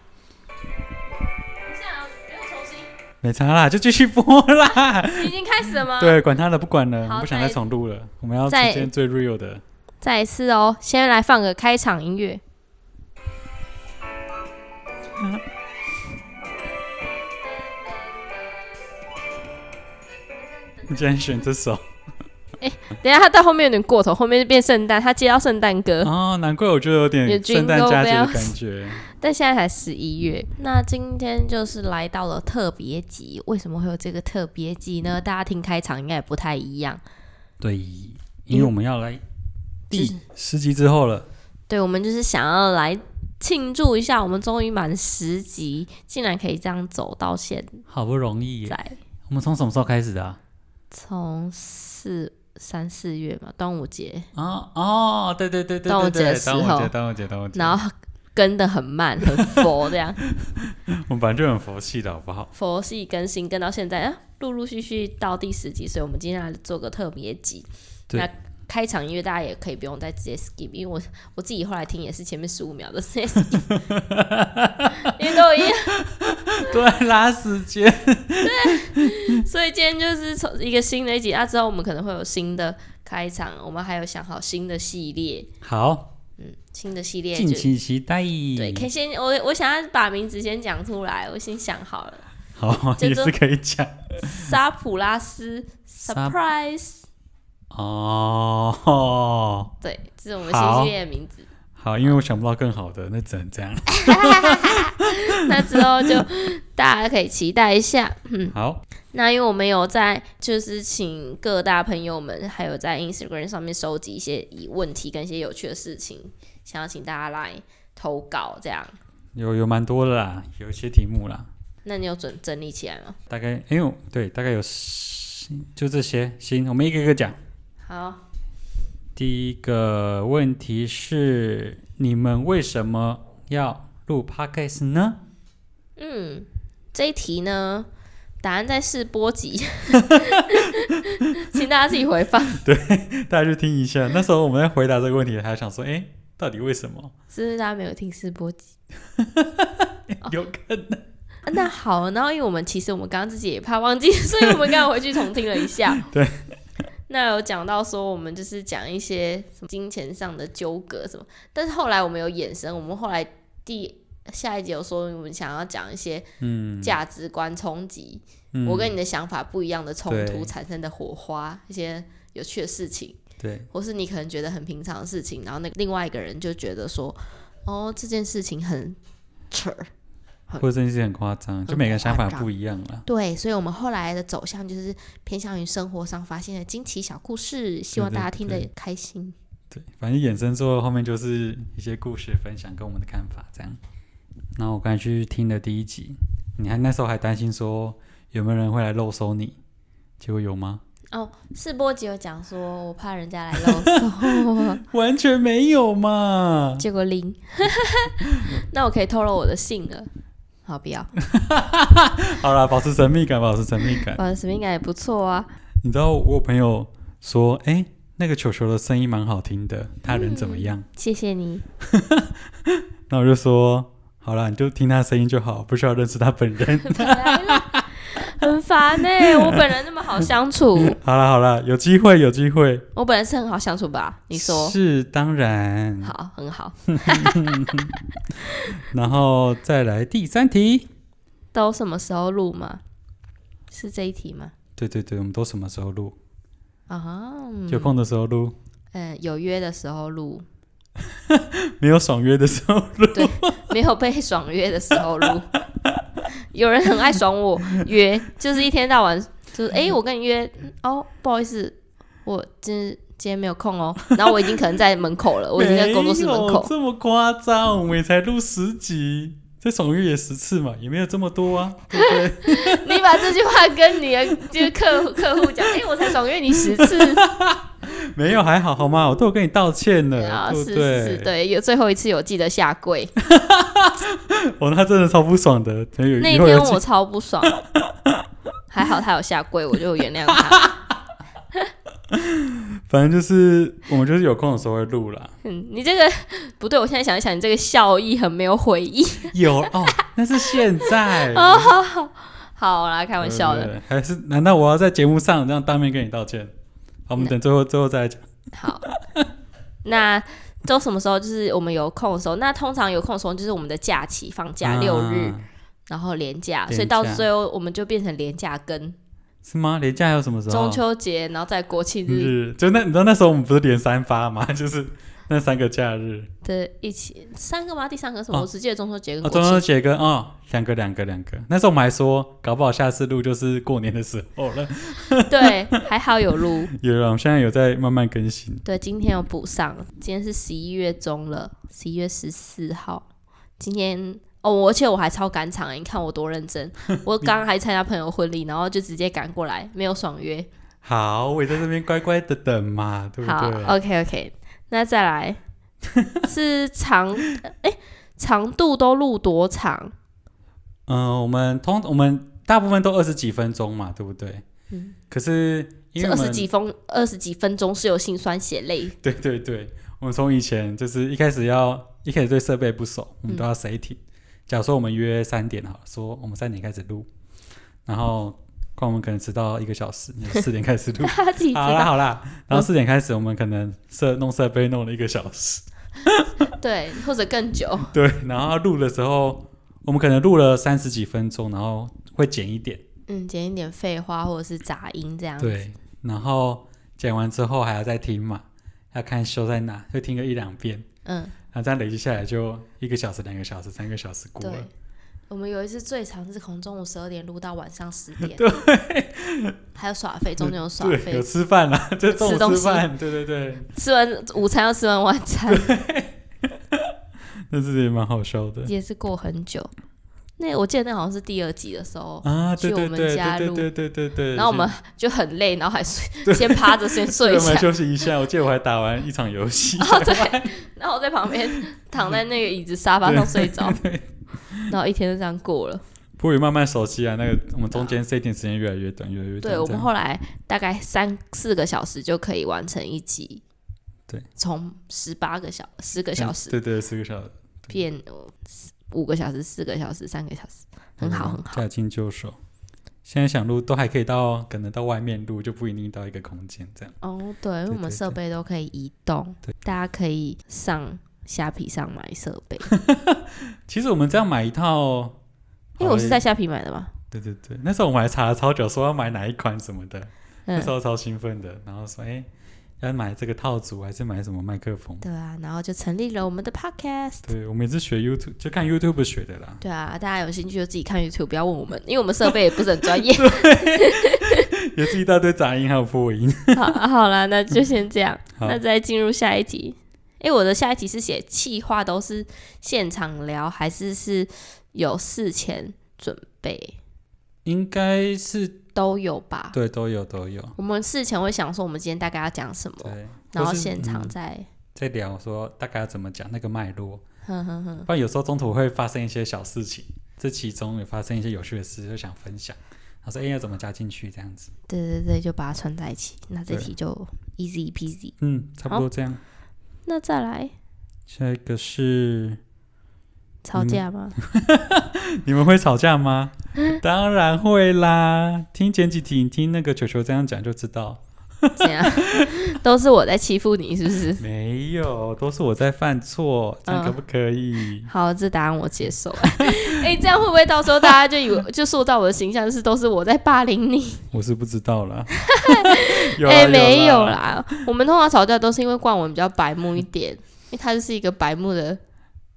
啊没差啦，就继续播 啦。已经开始了吗？，对，管他的，不管了，我好们不想再重录了，我们要出再现最 real 的。再一次哦，先来放个开场音乐。你竟然选这 首等一下他到后面有点过头，后面就变圣诞，他接到圣诞歌，哦，难怪我觉得有有点 Jingle 圣诞佳节的感觉。但现在才十一月。那今天就是来到了特别集，为什么会有这个特别集呢？大家听开场应该也不太一样。 对，因为我们要来就第十集之后了，对，我们就是想要来庆祝一下，我们终于满十集，竟然可以这样走到现好不容易耶。在，我们从什么时候开始的啊？从四三四月嘛，端午节，哦哦，对对对对端午对节的对，时端午候节，端午节，端午节。然后跟的很慢，很佛这样，我们本来就很佛系的好不好？ 佛系更新跟到现在啊，陆陆续续到第十集，所以我们今天来做个特别集。对那开场音乐大家也可以不用再直接 skip，因为我我自己后来听也是前面十五秒的 直接 skip，因为都一样，对，拉时间。 所以今天就是从一个新的一集啊，之后我们可能会有新的开场，我们还有想好新的系列，好，新的系列敬就请期待。对，可以先我我想要把名字先讲出来，我先想好了，好，就也这是可以讲。沙普拉斯沙 surprise，哦，对，这是我们新好系列的名字。好，因为我想不到更好的，那只能这样。 那之后就大家可以期待一下。好，那因为我们有在，就是请各大朋友们，还有在 Instagram 上面收集一些疑问题跟一些有趣的事情，想要请大家来投稿。这样，有有蛮多的啦，有一些题目啦，那你有整整理起来吗？大概因为我对，大概有十就这些。行，我们一个一个讲。好，第一个问题是，你们为什么要录 podcast 呢？ 嗯，这一题呢，答案在试播集， 请大家自己回放。 大家去听一下。那时候我们在回答这个问题，还想说，哎，到底为 什么？是不是大家没有听试播集？有可能。啊那好，然后因为我们其实我们刚刚自己也怕忘记， 所以我们刚刚回去重听了一下。 对。那有讲到说，我们就是讲一些什么金钱上的纠葛什么，但是后来我们有衍生，我们后来第下一集有说，我们想要讲一些嗯，价值观冲击，嗯我跟你的想法不一样的冲突对产生的火花，一些有趣的事情，对或是你可能觉得很平常的事情，然后那个另外一个人就觉得说，哦，这件事情很扯，或者这件事很夸张，嗯就每个人想法不一样了。对，所以我们后来的走向就是偏向于生活上发现的惊奇小故事，希望对大家听得对开心。对，反正衍生之后，后面就是一些故事分享跟我们的看法这样。然后我刚才去听了第一集，你还那时候还担心说有没有人会来漏搜你，结果有吗？哦，世波集有讲说，我怕人家来啰嗦， 完全没有嘛！结果零。 那我可以透露我的姓了。好，不要，好啦，保持神秘感，保持神秘感。我的使命感也不错啊。你知道我有朋友说，哎、那个球球的声音蛮好听的，他人怎么样？谢谢 你，那我就说，好啦，你就听他声音就好，不需要认识他本人。 来啦，很烦呢、我本人那么好相处，好啦好啦，有机会有机会。我本人是很好相处吧？你说是当然。好，很好， 然后再来第三题。都什么时候录吗？是这一题吗？对对对，我们都什么时候录？啊，有空的时候录，嗯，有约的时候录，没有爽约的时候录。没有被爽约的时候录。有人很爱爽我约，就是一天到晚就是哎、诶我跟你约嗯哦，不好意思，我今今天没有空哦。然后我已经可能在门口 了，我已经在工作室门没有口。这么夸张，我们也才录十集，这爽约也十次嘛，也没有这么多啊，对不对？你把这句话跟你的就是客 户客户讲，哎、我才爽约你十次，没有还好好吗？我都有跟你道歉了，啊， 是对不是是，对？对，有最后一次有记得下跪，哦，他真的超不爽的，等有那以一后天有机我超不爽，还好他有下跪，我就原谅他。 反正就是我们就是有空的时候会录啦。嗯，你这个不对，我现在想一想，你这个笑意很没有回忆。 嗯有哦，那是现在哦，好好好啦，开开玩笑的。还是难道我要在节目上这样当面跟你道歉？好，我们等最后最后再来讲。好， 那都什么时候？就是我们有空的时候。那通常有空的时候，就是我们的假期放假、啊六日，然后连假，连所以到假最后我们就变成连假跟是吗？连假还有什么时候？中秋节，然后再国庆日日，就那你知道那时候我们不是连三发吗？ 就是那三个假日，的一起三个吗？第三个是什么？哦我只记得中秋节跟哦，国中庆秋。节跟哦两个两个两个。那时候我们还说，搞不好下次录就是过年的时候了。 对，还好有录。有了，我们现在有在慢慢更新。对，今天有补上。今天是十一月中了，十一月十四号。今天哦，我而且我还超赶场欸，你看我多认 真。我刚刚还参加朋友婚礼，然后就直接赶过来，没有爽约。好，我也在这边乖乖的等嘛，对不好哦对？ ，OK OK，那再 来是长哎、长度都录多长？嗯，我们通我们大部分都二十几分钟嘛，对不对？嗯可是因这为二我十们几分二十几分钟是有辛酸血泪，。对对对，我们从以前就是一开始要一开始对设备不熟，我们都要 setting。假如说我们约三点好了，说我们三点开始录，然后光我们可能迟到一个小时，就四点开始 录他自己知好啦道。嗯好啦，然后四点开始，我们可能设弄设备弄了一个小时，对，或者更久。对，然后录的时候我们可能录了三十几分钟，然后会剪一点，嗯，剪一点废话或者是杂音这样。对，然后剪完之后还要再听嘛，要看修在哪，就听个一两遍，嗯，然后这样累积下来就一个小时、两个小时、三个小时过对了。。我们有一次最长是从中午十二点录到晚上十 点，还有耍费，中间有耍对，有费，吃饭啦， 就中吃午东吃西饭，对 对对，吃完午餐又吃完晚餐，那这也蛮好笑的也是过很久。那我记得那好像是第二集的时候，啊！去对对我们对家对录对对对对。然后我们 就很累，然后还睡，先趴着先睡一我们下，休息一下，我记得我还打完一场游 戏，然后我在旁边躺在那个椅子沙发上睡着，然后一天就这样过了。不过也慢慢熟悉啊。那个我们中间这一点时间越来越短，越来越短。对我这们样后来大概三四个小时就可以完成一集，对，从十八个小十个小时嗯对对四个小时，变五个小时、四个小时、三个小时，很好嗯很好。驾轻就熟。现在想录都还可以到，可能到外面录就不一定到一个空间这样。哦，对，因为对我们对设对备都可以移动对，大家可以上虾皮上买设备，其实我们这样买一套，因为我是在好虾皮买的嘛。对对对，那时候我们还查了超久，说要买哪一款什么的，那嗯时，候超兴奋的，然后说哎、诶要买这个套组还是买什么麦克风？对啊，然后就成立了我们的 podcast。对，我们也是学 YouTube，就看 YouTube 学的啦。 对啊，大家有兴趣就自己看 YouTube，不要问我们，因为我们设备也不是很专 业。也是一大堆杂音还有破音。好，好啦，那就先这样，好那再进入下一题。哎、我的下一题是写气话都是现场聊，还是是有事前准备？应该是都有吧。对，都有都有。我们事前会想说我们今天大概要讲什么，对，哦然后或是现场嗯再，在聊说大概要怎么讲那个脉络，哼哼哼，不然有时候中途会发生一些小事情，这其中也发生一些有趣的事，就想分享。他说：“哎、要怎么加进去？这样子，对对对，就把它串在一起。那这对题就 easy peasy。嗯，差不多这样。那再来下一个是吵嗯架吗？ 你们会吵架吗？嗯当然会啦！听前几题，你听那个球球这样讲就知道，怎样？都是我在欺负你，是不是？没有，都是我在犯错，这样可不可以？好，这答案我接受。 哎、这样会不会到时候大家就以为就塑造我的形象是都是我在霸凌你？我是不知道 啦。有啦哎、没有啦，啦，我们通常吵架都是因为冠文比较白目一点，因为他就是一个白目的，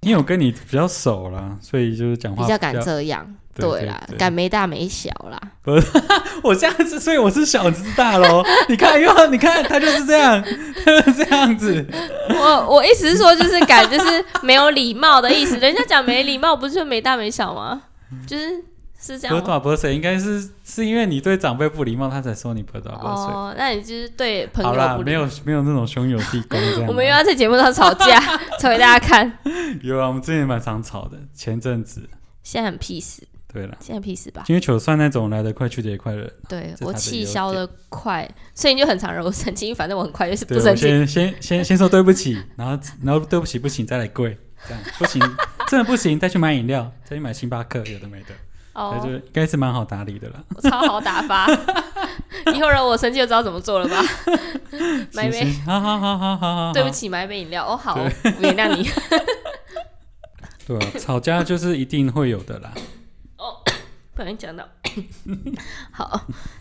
因为我跟你比较熟啦，所以就是讲话比较敢这样。对对啦，对敢没大没小啦。我这样子，所以我是小子大喽。 你看，又你看，他就是这样， 他就是这样子。我我意思是说，就是敢就是没有礼貌的意思。人家讲没礼貌，不是就没大没小吗？就是是这不样吗？打不水，应该是是因为你对长辈不礼貌，他才说你不打不水。哦，那你就是对朋友好啦，不没礼貌。有没有那种兄友弟恭这样啦。我们又要在节目上吵架， 吵给大家看。 有啊，我们之前蛮常吵的，前阵子。现在很 peace，对了，现在 peace 吧？因为球算那种来得快去得也快的人，对这是我他的气优消的快，所以你就很常惹我生气，因为反正我很快就是对不我生气。先先先先说对不起，然后然后对不起不行再来跪，这样不行，真的不行再去买饮料，再去买星巴克，有的没的。他就哦，应该是蛮好打理 的啦。我超好打 发，以后让我生气就知道怎么做了吧？买一行杯，行好好好好好好，对不好，起，买一杯饮料。哦，好，我原谅你。对啊，吵架就是一定会有的啦。不小心讲到，好，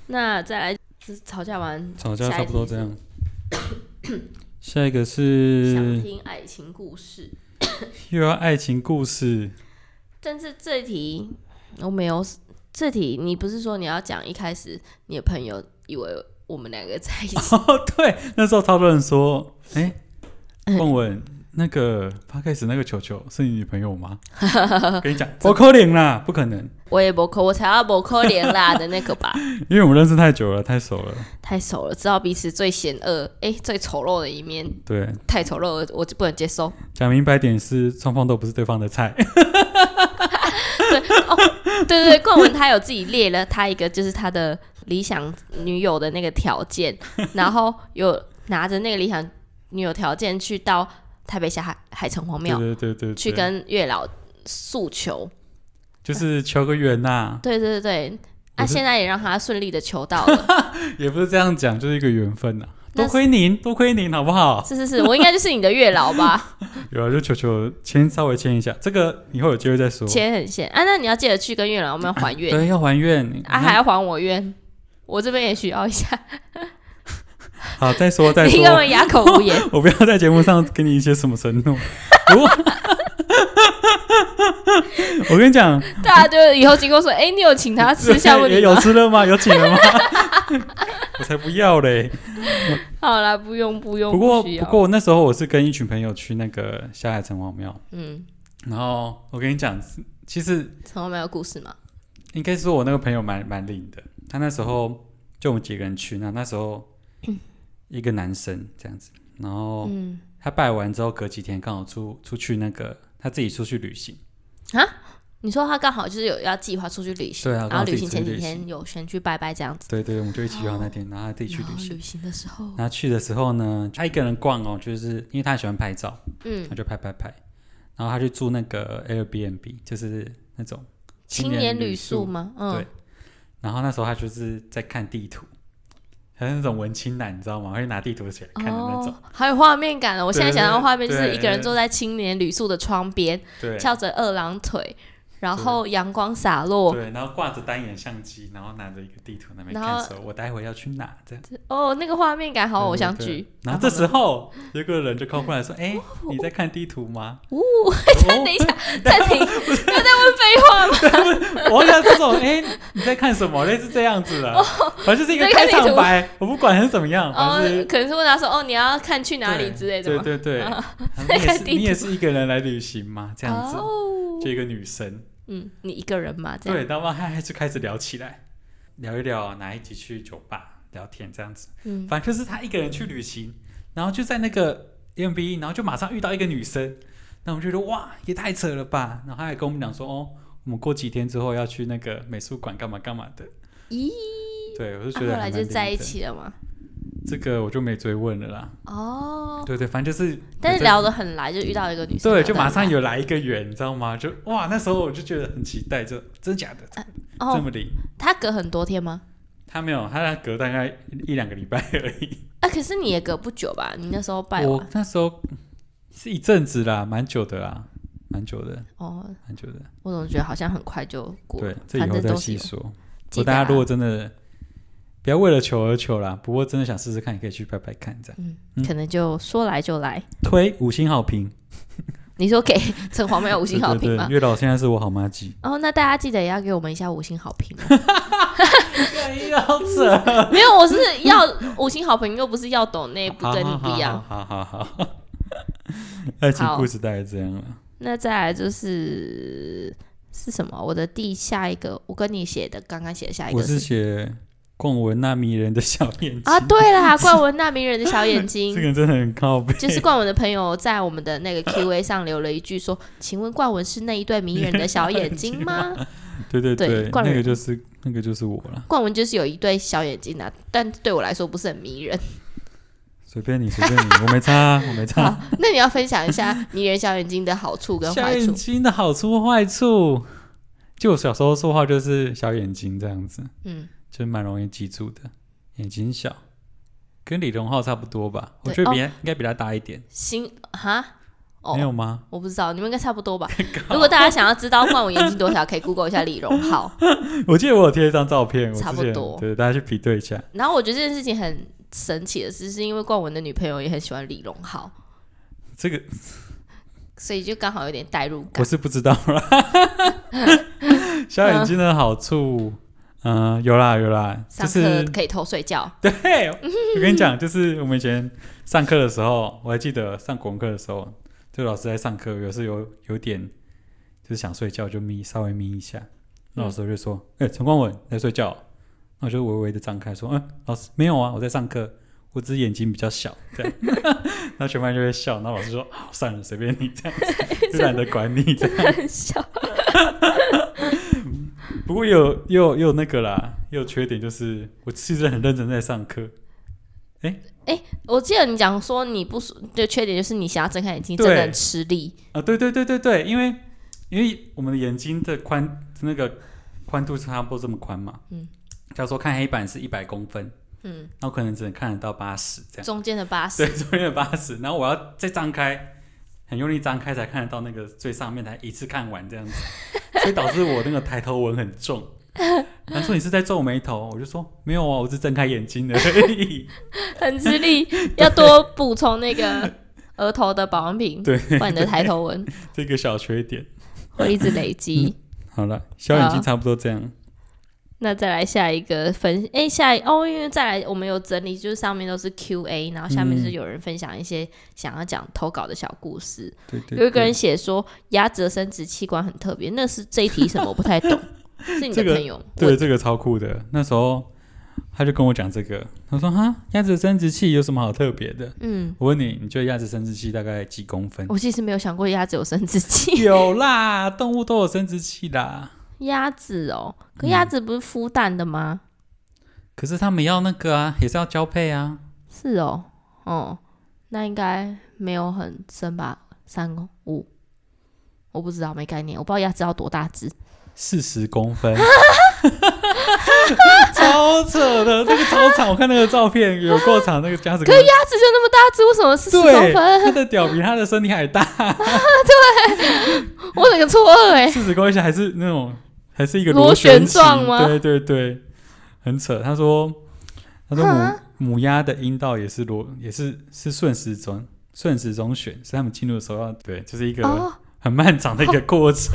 那再来就是吵架完，吵架下一差不多题这样。 下一个想是听爱情故事，又要爱情故事，但是这题我没有，这题你不是说你要讲一开始你的朋友以为我们两个在一起，哦， 对，那时候超多人说，哎、嗯问问那个 p 开始那个球球是你女朋 友吗？跟你讲，不可能啦，不可能，我也不可，我才要不可怜啦的那个吧， 因为我们认识太久了，太熟了。太熟了，知道彼此最险恶，哎、最丑陋的一面，对，太丑陋了，我就不能接受。讲明白点是双方都不是对方的菜。 对对对，冠文他有自己列了他一个就是他的理想女友的那个条 件，然后有拿着那个理想女友条件去到台北下海海城隍 对庙对对对，去对跟月老诉求。就是求个缘呐、对对对对，啊，我是现在也让他顺利的求到 了。也不是这样讲，就是一个缘分呐、那多亏您，多亏您，好不好？是是是，我应该就是你的月老 吧？有啊，就求求签，稍微签一下，这个以后有机会再说。钱很现啊，那你要记得去跟月老我们要还愿对，嗯要还愿啊，还要还我愿。我这边也需要一下，好，再说 再你说。根本哑口无 言。我不要在节目上给你一些什么承诺。我 我跟你讲，大家啊就以后经过说，哎、你有请他吃下问也你有吗？吃了吗？有请 了吗？我才不要嘞！ 好啦，不用不用，不过需不要。过，我那时候我是跟一群朋友去那个下海城隍庙，嗯，然后我跟你讲，其实陈后没有故事嘛？应该是我那个朋友蛮蛮灵的，他那时候就我们几个人去，那那时候一个男生这样子，然后嗯，他拜完之后隔几天刚好出出去那个他自己出去旅行。你说他刚好就是有要计划出去旅行，对啊然后刚好自己行出前去几旅天有先去拜拜这样子，对对，我们就一起去到那天，然后他自己去然后旅行。嗯旅行的时候，然后去的时候呢，他一个人逛哦，就是因为他很喜欢拍照，嗯，他就拍拍拍。然后他去住那个 Airbnb，就是那种青年年旅宿。吗？嗯对，然后那时候他就是在看地图，他是那种文青男，你知道吗？会拿地图起来看的那种。哦，还有画面感了。我现在对对想到的画面就对是对一个人坐在青年旅宿的窗边，对翘着二郎腿，然后阳光洒落，对，然后挂着单眼相机，然后拿着一个地图那边然看后说，我待会要去哪这样。哦，那个画面感好偶像对对剧对。然后这时候有一个人就靠过来说：“哎，你在看地图吗？”哦， 哦等一下，暂停， 又在问废话吗？我想这种，哎、你在看什么？类似这样子的，哦反正就是一个开场白，我不管是怎么样，反正哦是、，可能是问他说，哦，你要看去哪里之类的对吗？对对，对啊他说你也看是地图你也是一个人来旅行吗？这样子，哦就一个女生，嗯，你一个人嘛，这样。对，然后她还就开始聊起来，聊一聊哪一集去酒吧聊天这样子，嗯，反正就是她一个人去旅行，然后就在那个 M B E，然后就马上遇到一个女生，那我们就觉得哇，也太扯了吧，然后她还跟我们讲说，哦，我们过几天之后要去那个美术馆干嘛干嘛的。咦，对，我就啊觉后得、来就在一。起了嘛。这个我就没追问了啦。哦，对对，反正就是，但是聊得很来，就遇到一个女生，聊对，得就马很上来有来一个圆，你知道吗？就哇，那时候我就觉得很期待，就真假的、这哦，么灵。他隔很多天吗？他没有，他隔大概一两个礼拜而已。啊，可是你也隔不久吧？你那时候拜我完那时候是一阵子啦，蛮久的啦，蛮久的，哦，蛮久的。我怎么觉得好像很快就过了对，这以反后正再都是细有说。不记过得大家啊如果真的不要为了求而求啦，不过真的想试试看，也可以去拜拜看，这样嗯嗯，可能就说来就来。推五星好评，你说给城隍庙五星好评对对吗 对，？月老现在是我好妈鸡。 哦，那大家记得也要给我们一下五星好评哦。没有 扯，没有，我是要五星好评，又不是要抖内，不跟你不啊一样。好好好好 好，爱情故事大概这样了。那再来就是是什么？我的第下一个，我跟你写的刚刚写的下一我个是写逛文那迷人的小眼睛啊，，对啦，冠文那名人的小眼 这睛个。人真的很靠背，就是冠文的朋友在我们的那个 Q&A 上留了一句说：“请问冠文是那一对迷人的小眼睛吗 对对对冠那文个就是那个就是我 了，？”冠文就是有一对小眼睛啊，但对我来说不是很迷人。随便你随便你，我没 差啊我没好差。，那你要分享一下迷人小眼睛的好处跟小坏处眼。睛的好处坏处，就我小时候说话就是小眼睛这样子，嗯，就蛮容易记住的，眼睛小，跟李荣浩差不多吧？我对觉得哦比他、应该比他大一点，心哈，哦没，有吗？我不知道，你们应该差不 多吧？如果大家想要知道冠我眼睛多小，可以 Google 一下李荣浩。我记得我有贴一张照片，我之差前不多对大家去比对一下。然后我觉得这件事情很神奇的是，是因为冠文的女朋友也很喜欢李荣浩，这个所以就刚好有点代入我感。是不知道啦。 小眼睛的好处，嗯、有啦有啦，上就课是可以偷睡觉， 对，我跟你讲，就是我们以前上课的时候，我还记得上国文课的时候，就老师在上课，有时有有点就是想睡觉，就眯稍微眯一下，那老师就说：“嗯哎、陈光文你在睡觉哦、那我就微微的张开说：“嗯，老师没有啊，我在上课，我只是眼睛比较小。”这样，然后全班就会笑，然后老师说：“啊，算了，随便你这样子，就懒得管你这样。”很小。不过也有也有也有那个啦，也有缺点就是我其实很认真在上课，我记得你讲说你不舒的缺点就是你想要睁开眼睛对真的很吃力，啊，对对对对对，因为因为我们的眼睛的宽那个宽度差不多这么宽嘛，嗯，假如说看黑板是一百公分，嗯，那我可能只能看得到八十这样， 中间的八对十，，中间的八十，然后我要再张开，很用力张开才看得到那个最上面，才一次看完 这样子，所以导致我那个抬头纹很重。然后说你是在皱眉头，我就说没有啊，我是睁开眼睛而已。很吃 力，要多补充那个额头的保养品，对，不然你的抬头 纹这个小缺点。会一直累嗯积。好了，小眼睛好差不多这样。那再来下一个分，哎、下一哦，因为再来我们有整理，就是上面都是 Q&A，然后下面嗯是有人分享一些想要讲投稿的小故事。对对有一个对人写说牙齿的生殖器官很特别，那是这一题什么我不太 懂，是你的这个朋友对，这个超酷的。那时候他就跟我讲这个，他说：“哈，鸭子生殖器有什么好特别的嗯？”，哦我问你，你觉得鸭子生殖器大概几公分？我其实没有想过鸭子有生殖器， 有啦，动物都有生殖器啦。鸭子哦，可嗯鸭子不是孵蛋的吗？可是他们要那个啊，也是要交配啊。是哦，哦、那应该没有很深吧，三公五，我不知道，没概念，我不知道鸭子要多大只，四十 公分，超扯的，这个超长。我看那个照片有够长，那个鸭子可以鸭子就那么大只，为什么是十公对，分？ 它的屌比它的身体还大，我整个错愕哎，四十公分还是那种，还是一个螺螺旋旋形状吗对对对，很扯。他说，他说母哈母鸭的阴道也是螺，也是是顺时钟顺时钟旋，所以他们进入的时候要对，就是一个哦，很漫长的一个过程，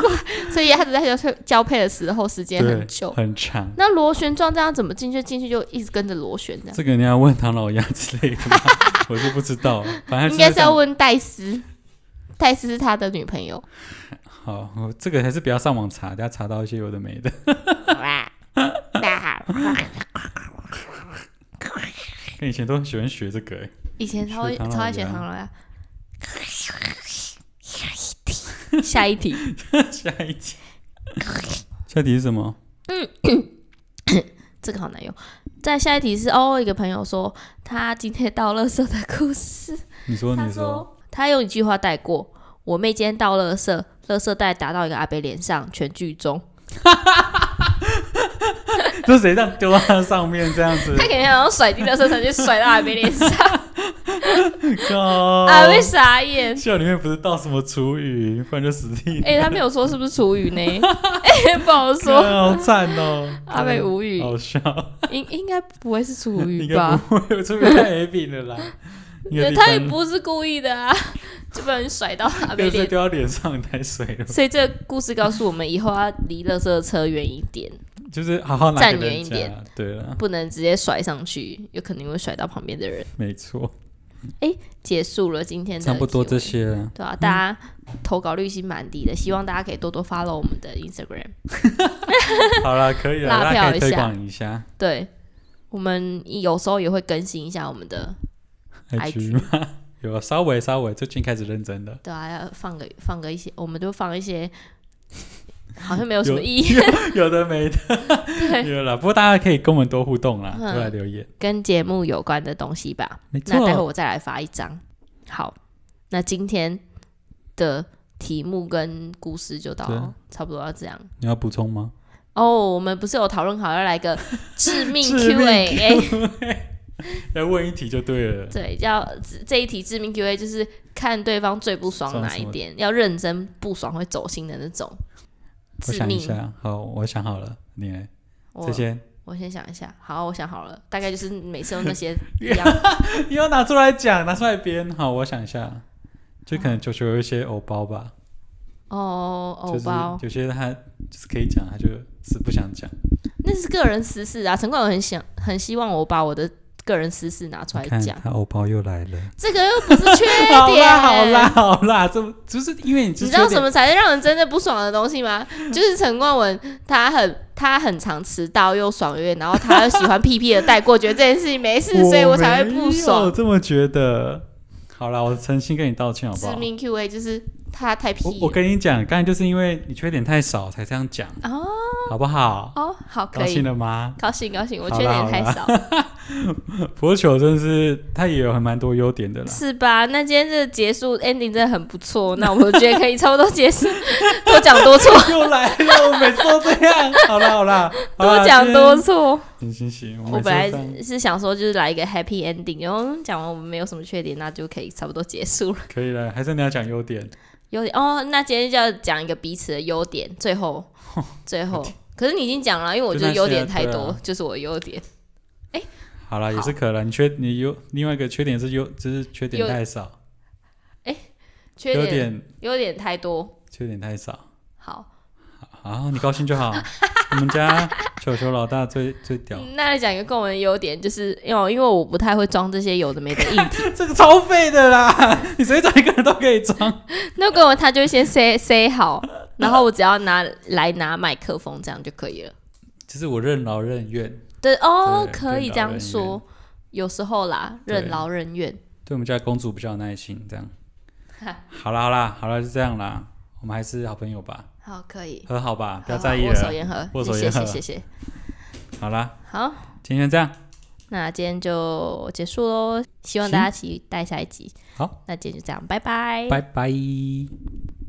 所以鸭子在交配交配的时候时间对很久，。很长。那螺旋状这样怎么进去？进去就一直跟着螺旋这样。这个你要问唐老鸭之类 的吧，我是不知道，反正应该是要上。问戴斯，戴斯是他的女朋友。好，我这个还是不要上网查，大家查到一些有的没的。 哇哇跟以前都很喜欢学这个、欸， 以前超会学唐老超爱学鸭唐老鸭。下一题，下 一题，下一题是什么？这个好难用。再下一题是哦，一个朋友说他今天倒垃圾的故事。你说，他你说，说他用一句话带过：“我妹今天倒垃圾，垃圾袋打到一个阿伯脸上，全剧终。就谁 这样丢到它上面这样子他？肯定想要甩进垃圾桶，就甩到阿伯脸上，靠！阿伯傻眼。校里面不是倒什么厨余，不然就死地。哎、他没有说是不是厨余呢？哎、不好靠 说。好惨哦！阿北无语，好笑，应应该不会是厨应余该吧？不会，这边太 A 饼了啦。应该是一他也般不是故意的啊，就不然甩到阿北就是脸。丢到脸上太水了，所以这个故事告诉我们，以后要离垃圾车远一点，就是好好拿给站远人一家点。对啊了，不能直接甩上去，有可能会甩到旁边的人。没错，结束了今天的差不多提问这。些了。对啊，大家投稿率已经蛮低的，希望大家可以多多 follow 我们的 Instagram。好了，可以了，拉大票家可以一推下广一下对，我们有时候也会更新一下我们的 IG 吗？ 有啊，稍微稍微，最近开始认真了。对啊，要放个放个一些，我们就放一 些，好像没有什么有意义， 有的没的，对， 有了。不过大家可以跟我们多互动啦，嗯多来留言。跟节目有关的东西吧。没那待会错，我再来发一张。好，那今天的题目跟故事就对到差不多要这样。你要补充吗？哦，我们不是有讨论好要来 个致命致命 Q&A？要问一题就对了。 对，要这这一题致命 Q&A 就是看对方最不爽爽哪什一么点，要认真不爽会走心的那种。致我想一命，下，好，我想好了，你来，我这些我先想一下。好，我想好了，大概就是每次用那 些一样。你要拿出来讲，拿出来编。好，我想一下，就可能球球有一些偶包吧，哦，就偶是包，有些他就是可以讲，他就是不想讲。那是个人私事啊。陈冠文很想很希望我把我的个人私事拿出来你看讲，他偶包又来了。这个又不是缺点。 好啦好啦好啦，这不就是因为你你你知道什么才是让人真的不爽的东西吗？就是陈冠文，他很他很常迟到又爽约，然后他又喜欢屁屁的带过，觉得这件事情没事，所以我才会不我爽。这么觉得。好啦，我诚心跟你道歉，好不致好？命 Q A 就是他太屁我我了。跟你讲，刚才就是因为你缺点太少才这样讲，哦好不好？哦，好，高可兴以，了吗？高兴高兴，我好缺啦点好太啦少，佛球真是他也有还蛮多优点的啦。是吧？那今天这个结束 ending 真的很不错， 那我们觉得可以差不多结束， 多讲多错， 又来了，我每次都这 样。好啦好啦，好啦多讲多。错。今天行行行，我每次本来都这样是想说，就是来一个 happy ending，然后讲完我们没有什么缺点，那就可以差不多结束了。 可以了，还是你要讲优点？优点哦，那今天就要讲一个彼此的优点，最 后最后，可是你已经讲了，因为我觉得优点太就那多些啊，就是我的优点好啦，也是可了。你缺你优另外一个缺点是优，就是缺点优太少，缺优点点优点太多。缺点太少。好，好，你高兴就 好。我们家球球老大最最屌，那来讲一个共文的优点，就是因为因为我不太会装这些有的没的硬体， 这个超废的啦！你随便找一个人都可以装。那跟我他就会先塞塞好，然后我只要拿来拿麦克风这样就可以了。就是我任劳任怨，对哦，对可以任劳这样任说，有时候啦，对任劳任怨。对我们家公主比较有耐心。这样， 好啦好啦好啦，就这样啦。我们还是好朋友吧，好，可以，和好吧，不要好在意握手了。言和，握手谢言谢和谢谢。好啦，好，今天就这样，那今天就结束喽，希望行大家期待下一集。好，那今天就这样，拜拜，拜拜。